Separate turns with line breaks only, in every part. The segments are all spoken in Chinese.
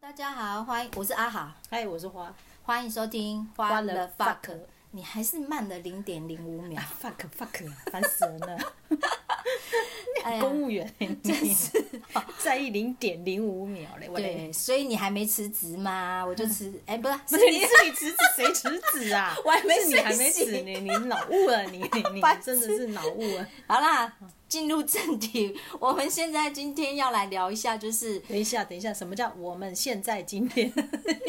大家好，欢迎，我是阿豪，
嗨，我是花。
欢迎收听《
花
花
了
了
fuck
fuck》，你还是慢了零点零五 秒，
fuck fuck，烦死人了！
哎呀
公务员，真是在意零点零五秒嘞！我嘞
对，所以你还没辞职 吗？我就辞，哎，不是，
不
是
是你
你
自己辞职，谁辞职啊？
我还没
是你还没
睡醒
辞呢，你脑雾了，你你你
白痴
真的是脑雾了。
好啦，进入正题，我们现在今天要来聊一下，就是
等一下，等一下，什么叫我们现在今天？
因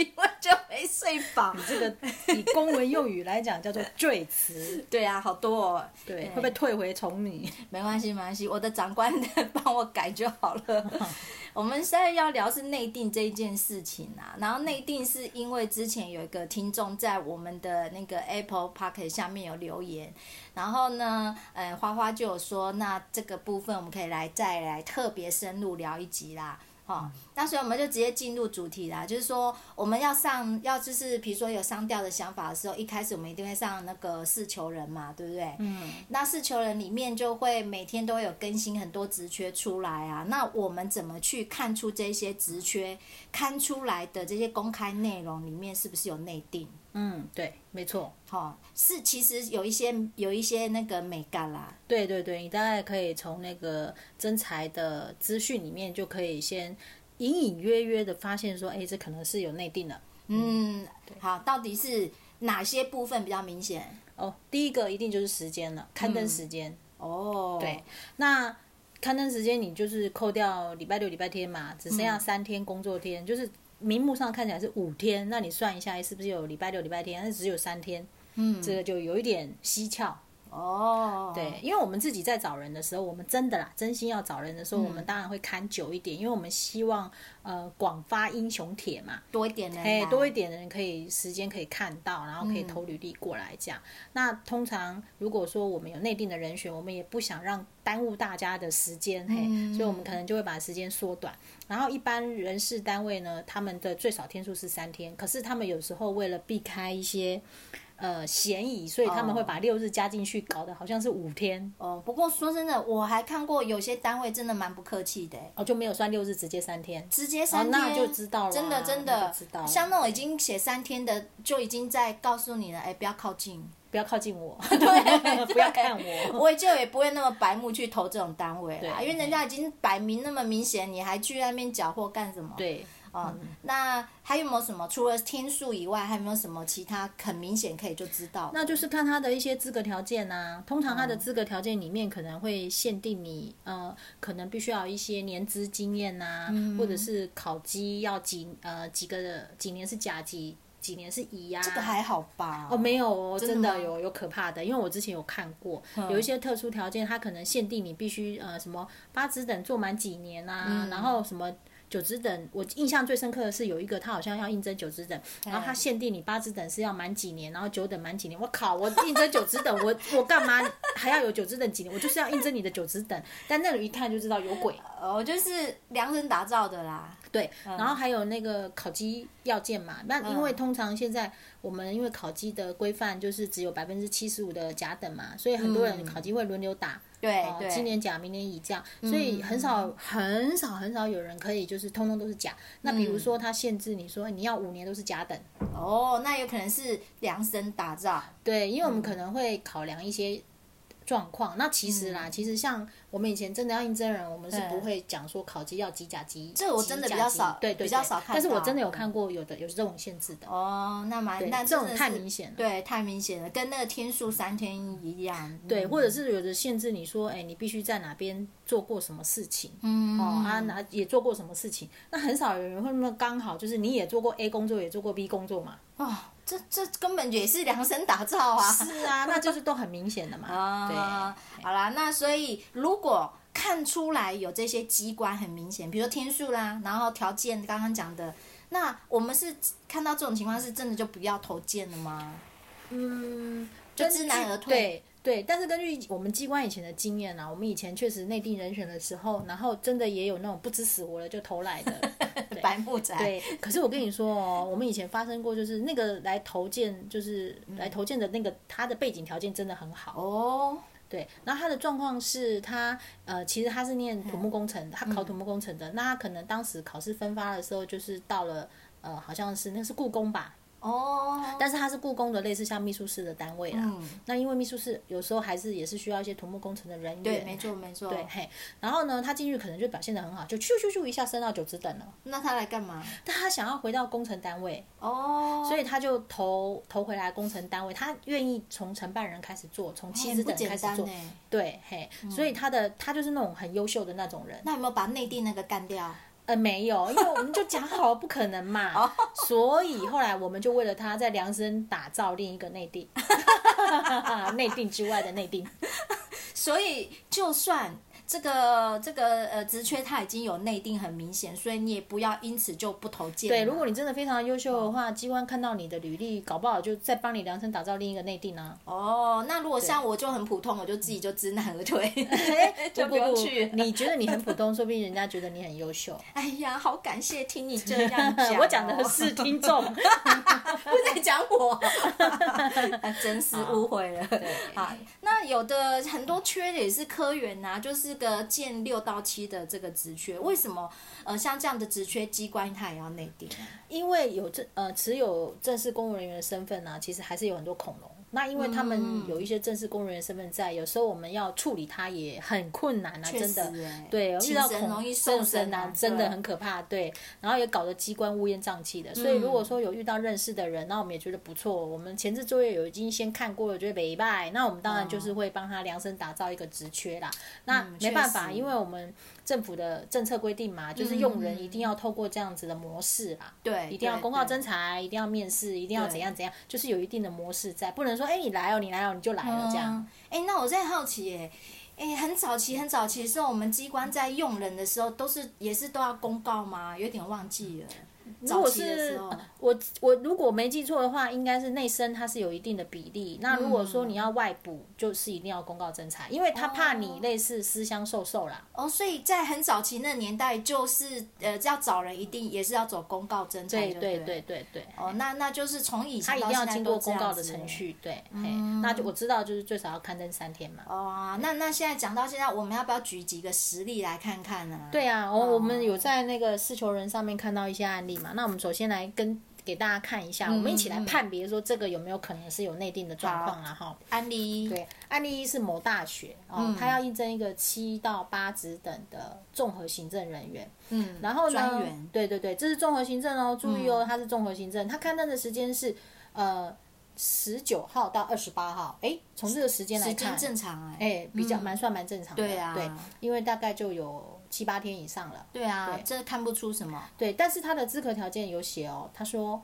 为就没睡饱
你，这个以公文用语来讲叫做赘词，
对啊，好多哦，
对，会不会退回重拟？
没关系，没关系，我的长官 帮我改就好了。我们现在要聊是啊内定这一件事情啊，然后内定是因为之前有一个听众在我们的那个 Apple p o c k e t 下面有留言，然后呢，呃，花花就有说，那这个部分我们可以来再来特别深入聊一集啦。哦，那所以我们就直接进入主题啦，就是说我们要上要就是比如说有上吊的想法的时候，一开始我们一定会上那个四球人嘛，对不对？
嗯，
那四球人里面就会每天都会有更新很多职缺出来啊。那我们怎么去看出这些职缺看出来的这些公开内容里面是不是有内定？
嗯，对，没错。
哦，是其实有一些有一些那个美感啦，
对对对，你大概可以从那个真才的资讯里面，就可以先隐隐约约的发现说，哎，这可能是有内定的。
嗯，好，到底是哪些部分比较明显？
哦，第一个一定就是时间了，刊登时间。
哦，
对，那刊登时间你就是扣掉礼拜六、礼拜天嘛，只剩下三天工作天，就是名目上看起来是五天，那你算一下哎是不是有礼拜六、礼拜天，但是只有三天，
嗯，
这个就有一点蹊跷。
哦，
对，，因为我们自己在找人的时候，我们真的啦，真心要找人的时候，我
嗯
们当然会看久一点，因为我们希望呃广发英雄帖嘛，
多一点人，啊
哎、多一，点的人可以时间可以看到，然后
嗯
可以投履历过来这样。那通常如果说我们有内定的人选，我们也不想让耽误大家的时间，嘿，
嗯
所以我们可能就会把时间缩短。然后一般人事单位呢，他们的最少天数是三天，可是他们有时候为了避开一些。呃，嫌疑，所以他们会把六日加进去，搞得好像是五天，
哦，不过说真的，我还看过有些单位真的蛮不客气的、
哦，就没有算六日，直接三天。
直接三天、
哦那就知道了啊
真的真
那
的
就知道了
像那种已经写三天的，就已经在告诉你了，哎、不要靠 近，
不要靠近我，
对
不要看我。
我也就也不会那么白目去投这种单位啦，
对
因为人家已经摆明那么明显，你还去那边搅和干什么？，
对，嗯
哦，那还有没有什么？除了天数以外，还有没有什么其他很明显可以就知道？
那就是看他的一些资格条件啊。通常他
嗯
的资格条件里面可能会限定你，呃，可能必须要有一些年资经验呐、
嗯
或者是考绩要几呃几个几年是甲级，几年是乙呀、
这个还好吧？
哦，没有哦，真
真的吗嗯
的有有可怕的，因为我之前有看过，有一些特殊条件，它可能限定你必须呃什么八职等做满几年啊，
嗯
然后什么。九职等，我印象最深刻的是有一个，他好像要应征九职等，
哎
然后他限定你八职等是要满几年，然后九等满几年。我靠，我应征九职等，我 我干嘛还要有九职等几年？我就是要应征你的九职等，但那里一看就知道有鬼。
哦，就是量身打造的啦。
对，然后还有那个烤鸡要件嘛，那因为通常现在我们因为烤鸡的规范就是只有百分之七十五的甲等嘛，所以很多人烤鸡会轮流打，
对、
哦
嗯对，
今年甲，明年乙这样，所以很少、很少很少有人可以就是通通都是甲。那比如说他限制你说你要五年都是甲等，
哦，那有可能是量身打造。
对，因为我
嗯
们可能会考量一些状况。那其实啦，其实像我们以前真的要应征人，我们是
嗯对
不会讲说考级要几甲级，
这我
几
真的
甲
比较
级
少
对对对
比较少看
但是我
到嗯
真的有看过有的有这种限制的，
哦，那蛮
对
那
这
真
种
的是
太明显了
对，太明显了，跟那个天数三天一样。
对，
嗯
或者是有的限制你说，哎，你必须在哪边做过什么事情。
嗯
哦啊，哪也做过什么事情？那很少有人会那么刚好，就是你也做过 A 工作，也做过 B 工作嘛？
哦，这这根本也是量身打造啊！
是啊， 那就是都很明显 的嘛。
啊，好啦，那所以如果看出来有这些机关很明显，比如说天数啦，然后条件刚刚讲的，那我们是看到这种情况是真的就不要投件了吗？
对，嗯，
就
根
知
据
难而退。
对对，但是根据我们机关以前的经验啊，我们以前确实内定人选的时候，然后真的也有那种不知死活了就投来 的。
白木仔，
对，可是我跟你说哦，我们以前发生过，就是
嗯
那个来投件，就是来投件的那个，他的背景条件真的很好，
哦，
对，然后他的状况是他呃，其实他是念土木工程的，他考土木工程的，那他可能当时考试分发的时候，就是到了呃，好像是那是故宫吧，
哦，
但是他是故宫的类似像秘书室的单位啦。
嗯
那因为秘书室有时候还是也是需要一些土木工程的人员，
对，没错没错。
对，嘿，然后呢，他进去可能就表现的很好，就咻咻咻一下升到九职等了。
那他来干嘛？
但他想要回到工程单位，
哦，
所以他就投投回来工程单位，他愿意从承办人开始做，从
嘿
七职
哎不
等
简
开始
单
做。
欸
对，嘿，所以他的他就是那种很优秀的那种人。
那有没有把内定那个干掉？
呃，没有，因为我们就讲好不可能嘛，
哦
所以后来我们就为了他在量身打造另一个内定， 内定之外的内定。
所以就算这个这个呃职缺它已经有内定很明显，所以你也不要因此就不投件嘛。
对，如果你真的非常优秀的
哦
话，机关看到你的履历，搞不好就再帮你量身打造另一个内 定啊。
哦，那如果像我就很普通，我就自己就知难而退，就哎不用
不
去 了。
你觉得你很普通，说不定人家觉得你很 优秀。
哎呀，好感谢听你这样 讲、哦
我讲的是听 众，
不在讲 我，啊真是误会了。好，那有的很多缺的也是科员呐、就是个建六到七的这个职缺，为什么？呃，像这样的职缺，机关它也要内定。啊
因为有正呃持有正式公务人员的身份呢、啊其实还是有很多恐龙。那因为他
嗯
们有一些正式公务人员身份在，有时候我们要处理它也很困难啊，
确
真
实
的。
欸
对，
精
遇到
神
恐
容易受
正
损
神啊
啊，
真的
对
很可怕。对，然后也搞得机关乌烟瘴气的。所以如
嗯
果说有遇到认识的人，那我们也觉得不错。我们前置作业有已经先看过了，觉得没败，那我们当然就是会帮他量身打造一个职缺啦。那
嗯
没办法，
确实
因为我们政府的政策规定嘛，就是用人一定要透过这样子的模式啦。
对，
一定要
嗯对
公告
对
征才，一定要面试，一定要
对
怎样怎样，就是有一定的模式在，不能说哎、你来哦，你来哦，你就来了这样。
嗯。哎、那我在好奇、耶，哎、很早期很早期的时候，我们机关在用人的时候，都是也是都要公告吗？有点忘记了。
嗯如
早
果
期的时
是
候，
呃我我如果没记错的话，应该是内生它是有一定的比例。那如果说你要外补，就是一定要公告征才，因为他怕你类似私相授受啦。
哦，所以在很早期那年代，就是呃，要找人一定也是要走公告征才，
对
对
对
了
对对对，
哦，那那就是从以
他
前
一
到
定要
现在
经
都
过
这
公
样
告的
子嗯
程
了。
序。对，嘿，那就我知道，就是最少要刊登三天嘛。
哦，那那现在讲到现在，我们要不要举几个实例来看看呢、
对啊，我、我
哦
们有在那个四球人上面看到一些案例嘛。那我们首先来跟给大家看一下，我们一起
嗯
来判别说这个有没有可能是有内定的状况啊？哈，
安利，
对，案例一是某大学
嗯
哦，他要应征一个七到八职等的综合行政人员。
嗯，
然后
专
呢
员，嗯
对对对，这是综合行政哦，注意哦，它是综合行政，它刊登的时间是呃十九号到二十八号。诶，从这个时间来
时
看
间，正常哎、
哎、比较蛮、算蛮正常的，
对啊
对，因为大概就有七八天以上了。
对啊，这看不出什么。
对，但是他的资格条件有写哦，他说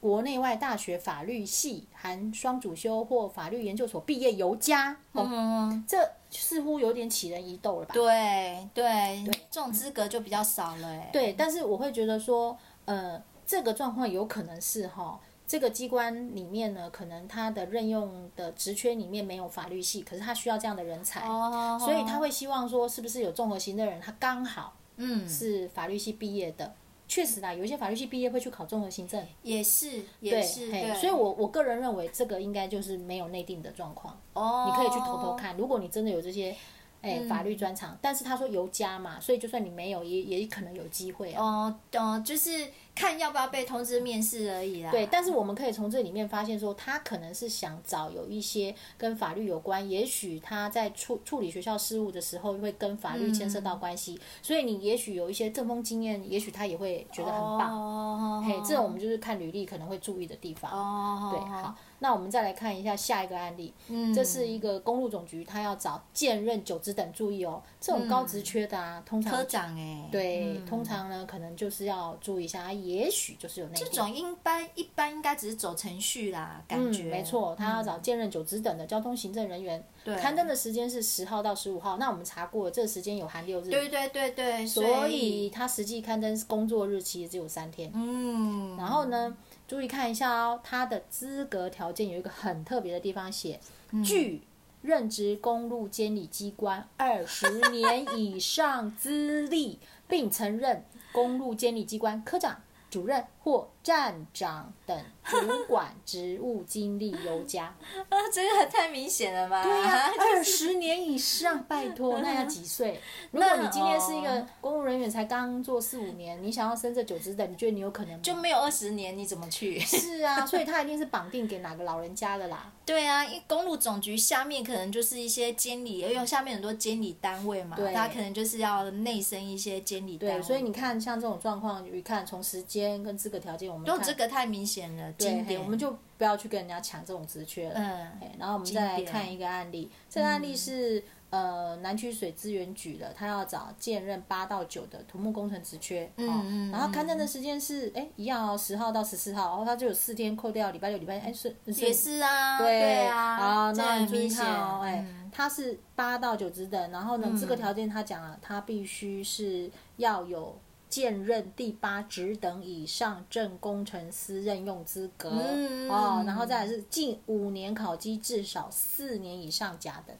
国内外大学法律系含双主修或法律研究所毕业尤加，哦，
嗯，
这似乎有点起人疑窦了吧？
对对，这种资格就比较少了哎。
对，但是我会觉得说，呃，这个状况有可能是哈、这个机关里面呢，可能他的任用的职缺里面没有法律系，可是他需要这样的人才，
哦，
所以他会希望说，是不是有综合型的人，他刚好
嗯
是法律系毕业的。确实啦，有一些法律系毕业会去考综合行政，
也是也
对，
是
嘿
对，
所以我我个人认为这个应该就是没有内定的状况，
哦，嗯
你可以去投投。看。如果你真的有这些，哎、法律专长，但是他说有加嘛，所以就算你没有，也也可能有机会啊。
哦哦，就是看要不要被通知面试而已啦。
对，但是我们可以从这里面发现说，他可能是想找有一些跟法律有关，也许他在处处理学校事务的时候会跟法律牵涉
嗯
到关系，所以你也许有一些政风经验，也许他也会觉得很棒。
哦，
嘿，这种我们就是看履历可能会注意的地方。
哦，
对，好，那我们再来看一下下一个案例，
嗯，
这是一个公路总局，他要找兼任九职等，注意哦，这种高职缺的啊，通
科
常
长哎，，
对，通常呢可能就是要注意一下，也许就是有那
这种一般一般应该只是走程序啦，感觉嗯
嗯、没错，他要找兼任九职等的交通行政人员，
对
刊登的时间是十号到十五号。那我们查过，这个时间有含六日，
对对对对，
所
所
以他实际刊登工作日期只有三天。
嗯，
然后呢，注意看一下哦，他的资格条件有一个很特别的地方写，据任职公路监理机关二十 年以上资历，并曾任公路监理机关科长。主任或站长等主管职务经历尤佳。
啊， 这个太明显了吧？
对 呀、啊二十年以上，拜托，那要几岁？如果你今天是一个公务人员，才刚做四五年，你想要升这九职等，你觉得你有可能吗？
就没有二十年，你怎么去？
是 啊，所以他一定是绑定给哪个老人家了啦。
对啊，因为公路总局下面可能就是一些监理，因为下面很多监理单位嘛，
对
他可能就是要内生一些监理单
对，
位。
所以你看，像这种状况，你看从时间跟资格条件，我们
如
看
果这个太明显了，
对
经典
我们就不要去跟人家抢这种职缺了。
嗯
哎然后我们
经
再来
典
看一个案例，这个案例是、呃南区水资源局的，他要找兼任八到九的土木工程职缺，哦
嗯嗯
然后刊登的时间是哎一样哦，十号到十四号，然后他就有四天扣掉礼拜六、礼拜哎是
也
是
是啊，
对
啊，这
那
很
你注
明
意
显
看哦，哎、
嗯
他是八到九职等，然后呢，这个条件他讲了，他必须是要有兼任第八职等以上正工程师任用资格、
嗯
哦，然后再来是近五年考绩至少四年以上甲等。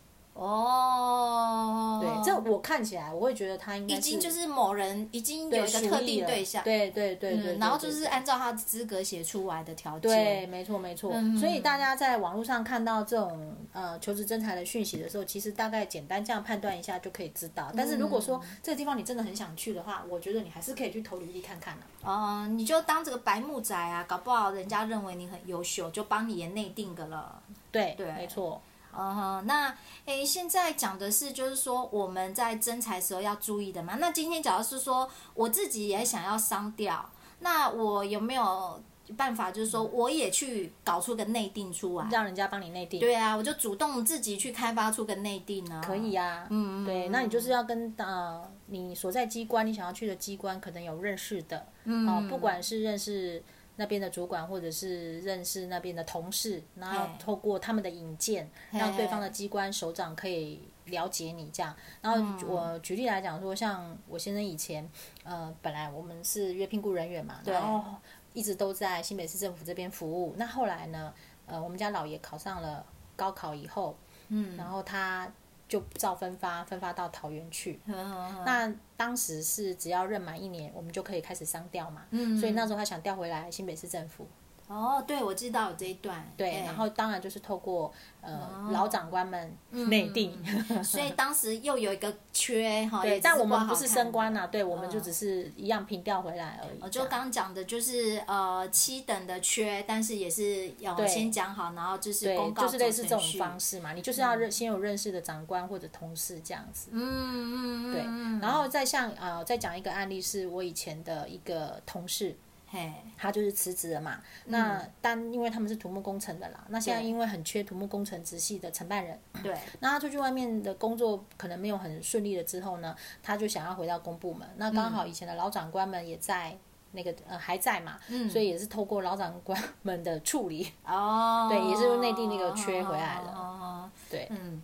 哦，
对，这我看起来我会觉得他应该
已经就是是某人已经
对
有一个
属
特
意
定
了
对象，
对对对对对
嗯，然后就
对
是
对
按照他的资格写出来的条件，
对，没错没错。所以大家在网络上看到这种呃求职征才的讯息的时候，其实大概简单这样判断一下就可以知道。但是如果说这个地方你真的很想去的话，我觉得你还是可以去投履历看啊看啦、
哦，你就当这个白木仔啊，搞不好人家认为你很优秀，就帮你也内定个了。
对，
对
没错。
嗯哼，那诶，现在讲的是就是说我们在征才时候要注意的嘛。那今天假如是说我自己也想要商调，那我有没有办法就是说我也去搞出个内定出来？
让人家帮你内定。
对啊，我就主动自己去开发出个内定啊。
可以呀、啊，嗯对，那你就是要跟呃你所在机关，你想要去的机关可能有认识的，嗯、不管是认识那边的主管，或者是认识那边的同事，然后透过他们的引荐，让对方的机关首长可以了解你这样。然后我举例来讲说，像我先生以前，呃，本来我们是约聘雇人员嘛，然后一直都在新北市政府这边服务。那后来呢，呃，我们家老爷考上了高考以后，嗯，然后他就照分发，分发到桃园去。
嗯那
那当时是只要任满一年，我们就可以开始商调嘛。
嗯
所以那时候他想调回来新北市政府，
哦，对，我知道有这一段。
对，
哎
然后当然就是透过
哦
呃老长官们
嗯
内定，
所以当时又有一个缺哈，哦也
对，
只
但我们
挂
不
好
是
看
升
的
官啊呐、对，我们就
嗯
只是一样平调回来而已。
我哦就刚讲的就是呃七等的缺，但是也是要
对
先讲好，然后就是
对
公，告
就是类似
走
这
程
种
序嗯
方式嘛，你就是要认先有认识的长官或者同事这样子。
嗯嗯嗯，
对
嗯，
然后再像呃，再讲一个案例，是我以前的一个同事，
嘿，嗯
他就是辞职了嘛。那但因为他们是土木工程的啦，那现在
对
因为很缺土木工程直系的承办人，
对，
那他出去外面的工作可能没有很顺利了之后呢，他就想要回到公部门。那刚好以前的老长官们也在那个呃还在嘛，
嗯
所以也是透过老长官们的处理，
哦，
对也是内地那个缺回来了
哦，
对
嗯。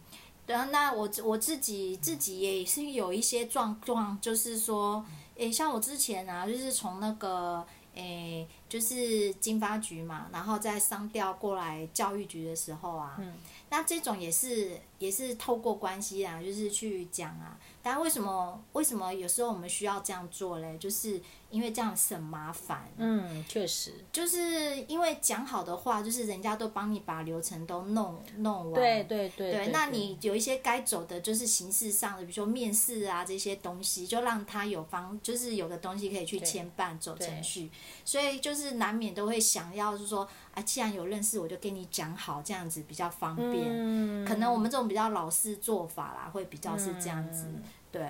对啊，那我我自己自己也是有一些状况，就是说，诶，像我之前啊，就是从那个诶，就是经发局嘛，然后再商调过来教育局的时候啊，
嗯
那这种也是也是透过关系啊，就是去讲啊。但为什么为什么有时候我们需要这样做嘞？就是因为这样省麻烦。
嗯，确实，
就是因为讲好的话，就是人家都帮你把流程都弄弄完。
对对对
对那你有一些该走的，就是形式上的，比如说面试啊这些东西，就让他有方，就是有个东西可以去牵绊走程序，所以就是难免都会想要，就是说啊，既然有认识，我就跟你讲好，这样子比较方便。
嗯，
可能我们这种比较老式做法啦，会比较是这样子。
嗯
对，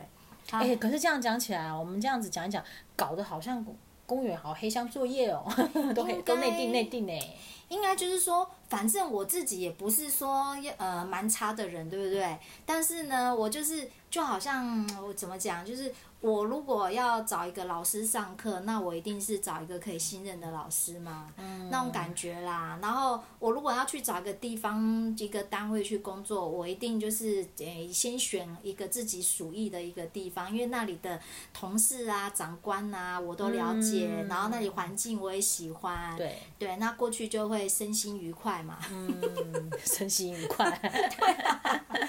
哎、可是这样讲起来啊，我们这样子讲一讲，搞得好像公园好黑箱作业哦， 都黑
应
都内
该
定内定呢。
应该就是说，反正我自己也不是说呃蛮差的人，对不对？但是呢，我就是就好像嗯我怎么讲，就是我如果要找一个老师上课，那我一定是找一个可以信任的老师嘛，那种感觉啦。然后我如果要去找一个地方一个单位去工作，我一定就是诶、先选一个自己属意的一个地方，因为那里的同事啊、长官啊我都了解，
嗯
然后那里环境我也喜欢，
对，
对，那过去就会身心愉快嘛。
嗯 嗯，身心愉快。 嗯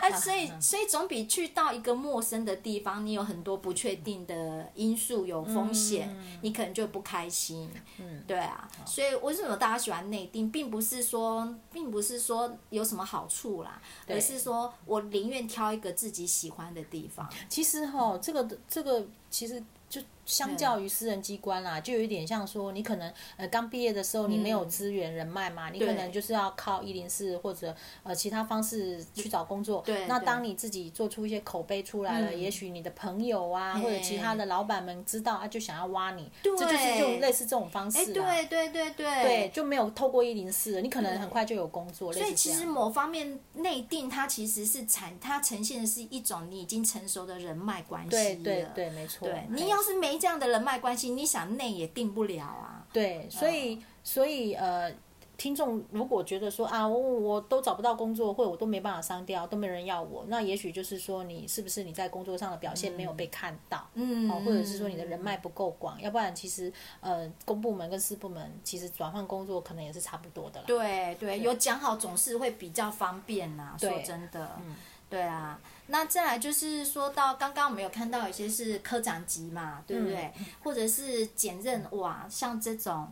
啊，所以所以以总比去到一个陌生的地方，你有很多不确定的因素，有风
嗯
险，你可能就不开心。嗯，对啊，所以为什么大家喜欢内定，并不是说，并不是说有什么好处啦，而是说我宁愿挑一个自己喜欢的地方。
其实
嗯
哈，这个这个其实就相较于私人机关啦，就有一点像说，你可能呃刚毕业的时候你没
嗯
有资源人脉嘛，你可能就是要靠一零四或者呃其他方式去找工作。
对嗯
那
对
当你自己做出一些口碑出来了，也许你的朋友啊或者其他的老板们知道啊，就想要挖你，这就是用类似这种方式啊。
哎对对对对
对，就没有透过一零四，你可能很快就有工作。所
所以其实某方面内定，它其实是产，它呈现的是一种你已经成熟的人脉关系
对
了。
对对，没错。
对
嘿
你要是没这样的人脉关系，你想内也定不了啊。
对，所以、所以呃，听众如果觉得说啊，我我都找不到工作，或者我都没办法上吊，都没人要我，那也许就是说你是不是你在工作上的表现没有被看到，
嗯，
哦，或者是说你的人脉不够广，要不然其实呃，公部门跟私部门其实转换工作可能也是差不多的啦。
对对，有讲好总是会比较方便呐、说真的，
嗯
对啊。那再来就是说到刚刚我们有看到有些是科长级嘛，对不对？
嗯
或者是兼任哇，像这种，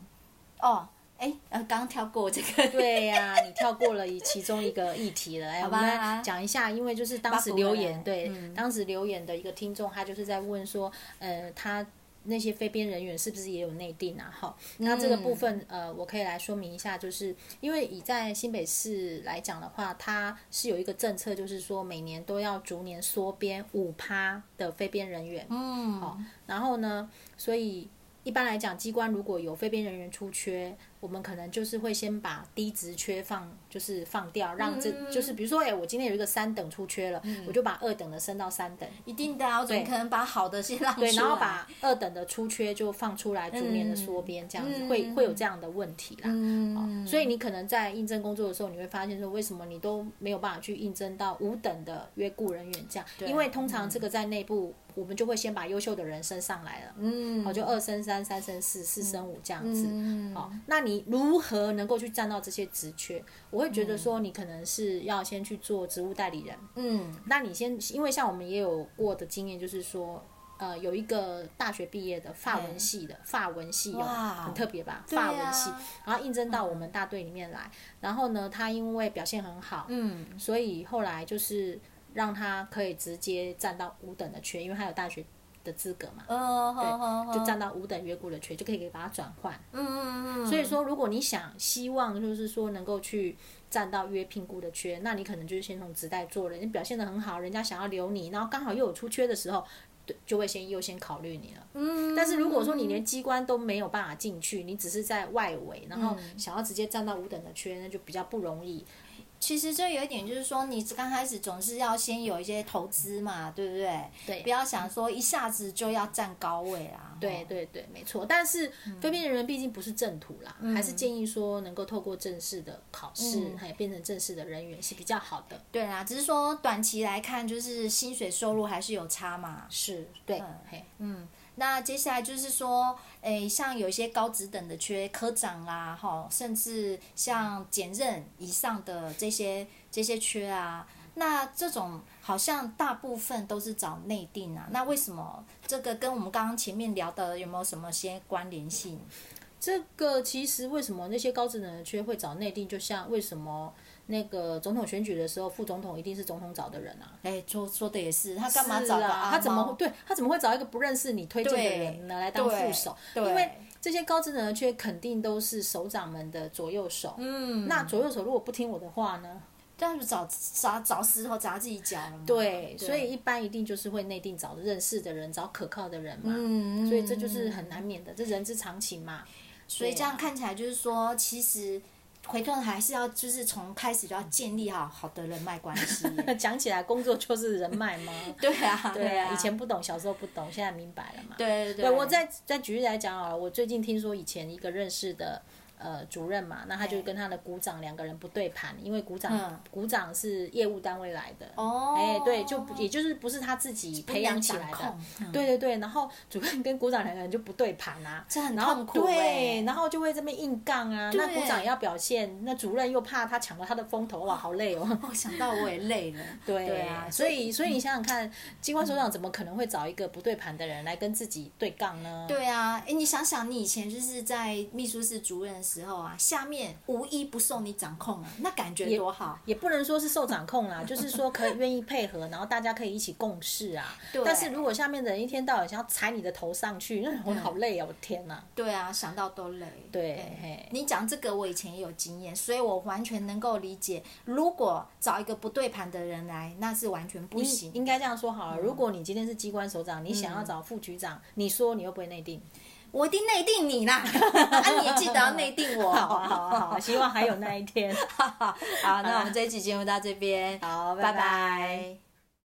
哦，哎，呃，刚刚跳过这 个，
对呀、你跳过了一其中一个议题了。哎，我
吧
们来讲一下，因为就是当时
拉回来
留言，对，
嗯
当时留言的一个听众，他就是在问说，呃，他。那些非边人员是不是也有内定啊？哈，
嗯
那这个部分、呃，我可以来说明一下，就是因为以在新北市来讲的话，它是有一个政策，就是说每年都要逐年缩编五趴的非边人员，
嗯，好，
然后呢，所以一般来讲，机关如果有非编人员出缺，我们可能就是会先把低职缺放，就是放掉，让这、
嗯
就是比如说，哎、我今天有一个三等出缺了，我就把二等的升到三等，
一定的啊，我怎么可能把好的先让
对，
出
然后
来
把二等的出缺就放出来，逐年的缩编，这样子、会会有这样的问题啦。
嗯，
所以你可能在应征工作的时候，你会发现说，为什么你都没有办法去应征到五等的约雇人员这样？因为通常这
嗯
个在内部，我们就会先把优秀的人升上来了，
嗯，
哦，就二升三，三升四，四升五这样子。
嗯，
好，那你如何能够去占到这些职缺？我会觉得说，你可能是要先去做职务代理人。
嗯，
那你先，因为像我们也有过的经验，就是说，呃，有一个大学毕业的法文系的，法文系有
嗯哇
很特别吧？
啊嗯
法文系，然后应征到我们大队里面来。然后呢，他因为表现很好，
嗯，
所以后来就是让他可以直接占到五等的缺，因为他有大学的资格嘛。
哦，好好好，
就占到五等约雇的缺，就可以给把它转换。
嗯嗯嗯，
所以说，如果你想希望就是说能够去占到约聘雇的缺，那你可能就是先从职代做了，你表现得很好，人家想要留你，然后刚好又有出缺的时候，对，就会先优先考虑你了。
嗯，
但是如果说你连机关都没有办法进去，你只是在外围，然后想要直接占到五等的缺，那就比较不容易。
其实这有一点就是说，你刚开始总是要先有一些投资嘛，对不对？
对
不要想说一下子就要占高位啦。
对
哦，
对对，没错。但是非边人员毕竟不是正途啦，还是建议说能够透过正式的考试，
嗯
还有变成正式的人员是比较好的。
对啦，只是说短期来看，就是薪水收入还是有差嘛。
是对，嘿，
嗯，那接下来就是说，诶，像有一些高职等的缺科长啦，哈，甚至像检任以上的这些这些缺啊，那这种好像大部分都是找内定啊，那为什么这个跟我们刚刚前面聊的有没有什么些关联性？
这个其实为什么那些高职能的缺会找内定，就像为什么那个总统选举的时候，副总统一定是总统找的人啊？
哎，说说的也是，他干嘛
是
找个
啊？
阿
他怎么
猫
会对他怎么会找一个不认识你推荐的人呢来当副手？
对，
因为这些高职能的缺肯定都是首长们的左右手。
嗯，
那左右手如果不听我的话呢？
但是找砸找石头砸自己脚了嘛。
对，所以一般一定就是会内定找认识的人，找可靠的人嘛。
嗯，
所以这就是很难免的，这人之常情嘛。
所
啊
以这样看起来就是说，其实回头还是要就是从开始就要建立好好的人脉关 系。
讲起来，工作就是人脉 嘛。
对啊，
对
啊，
以前不懂，小时候不懂，现在明白了嘛。
对对
啊对，我再再举例来讲好了，我最近听说以前一个认识的。呃主任嘛，那他就跟他的股长两个人不对盘，因为股长、
嗯
股长是业务单位来的，
哦
哎、对，就不也就是不是他自己培养起来
不能掌
的
控，嗯
对对对，然后主任跟股长两个人就不对盘啊，
这很
然后
痛苦
对
哎，
然后就会这边硬杠啊，那
对欸
股长也要表现，那主任又怕他抢了他的风头，哇，好累哦。
我想到我也累 了。
对
对啊，
所以嗯所以你想想看，机关首长怎么可能会找一个不对盘的人来跟自己对杠呢？
对啊，哎，你想想，你以前就是在秘书室主任的时候啊，下面无一不受你掌控啊，那感觉多好。
也不能说是受掌控 啦，就是说可以愿意配合，然后大家可以一起共事啊。
对
但是如果下面的人一天到晚想要踩你的头上去， 那我好累啊！我天哪、
对啊，想到都累。
对
哎
嘿
你讲这个我以前也有经验，所以我完全能够理解。如果找一个不对盘的人来，那是完全不行。
应该这样说好了，如果你今天是机关首长，你想要找副局长，你说你又不会内定。
我一定内定你啦， 啊，你也记得要内定我。
好啊，好啊，好啊，希 望还有那一天。
好，那我们这一期节目到这边，
好拜
拜
拜
拜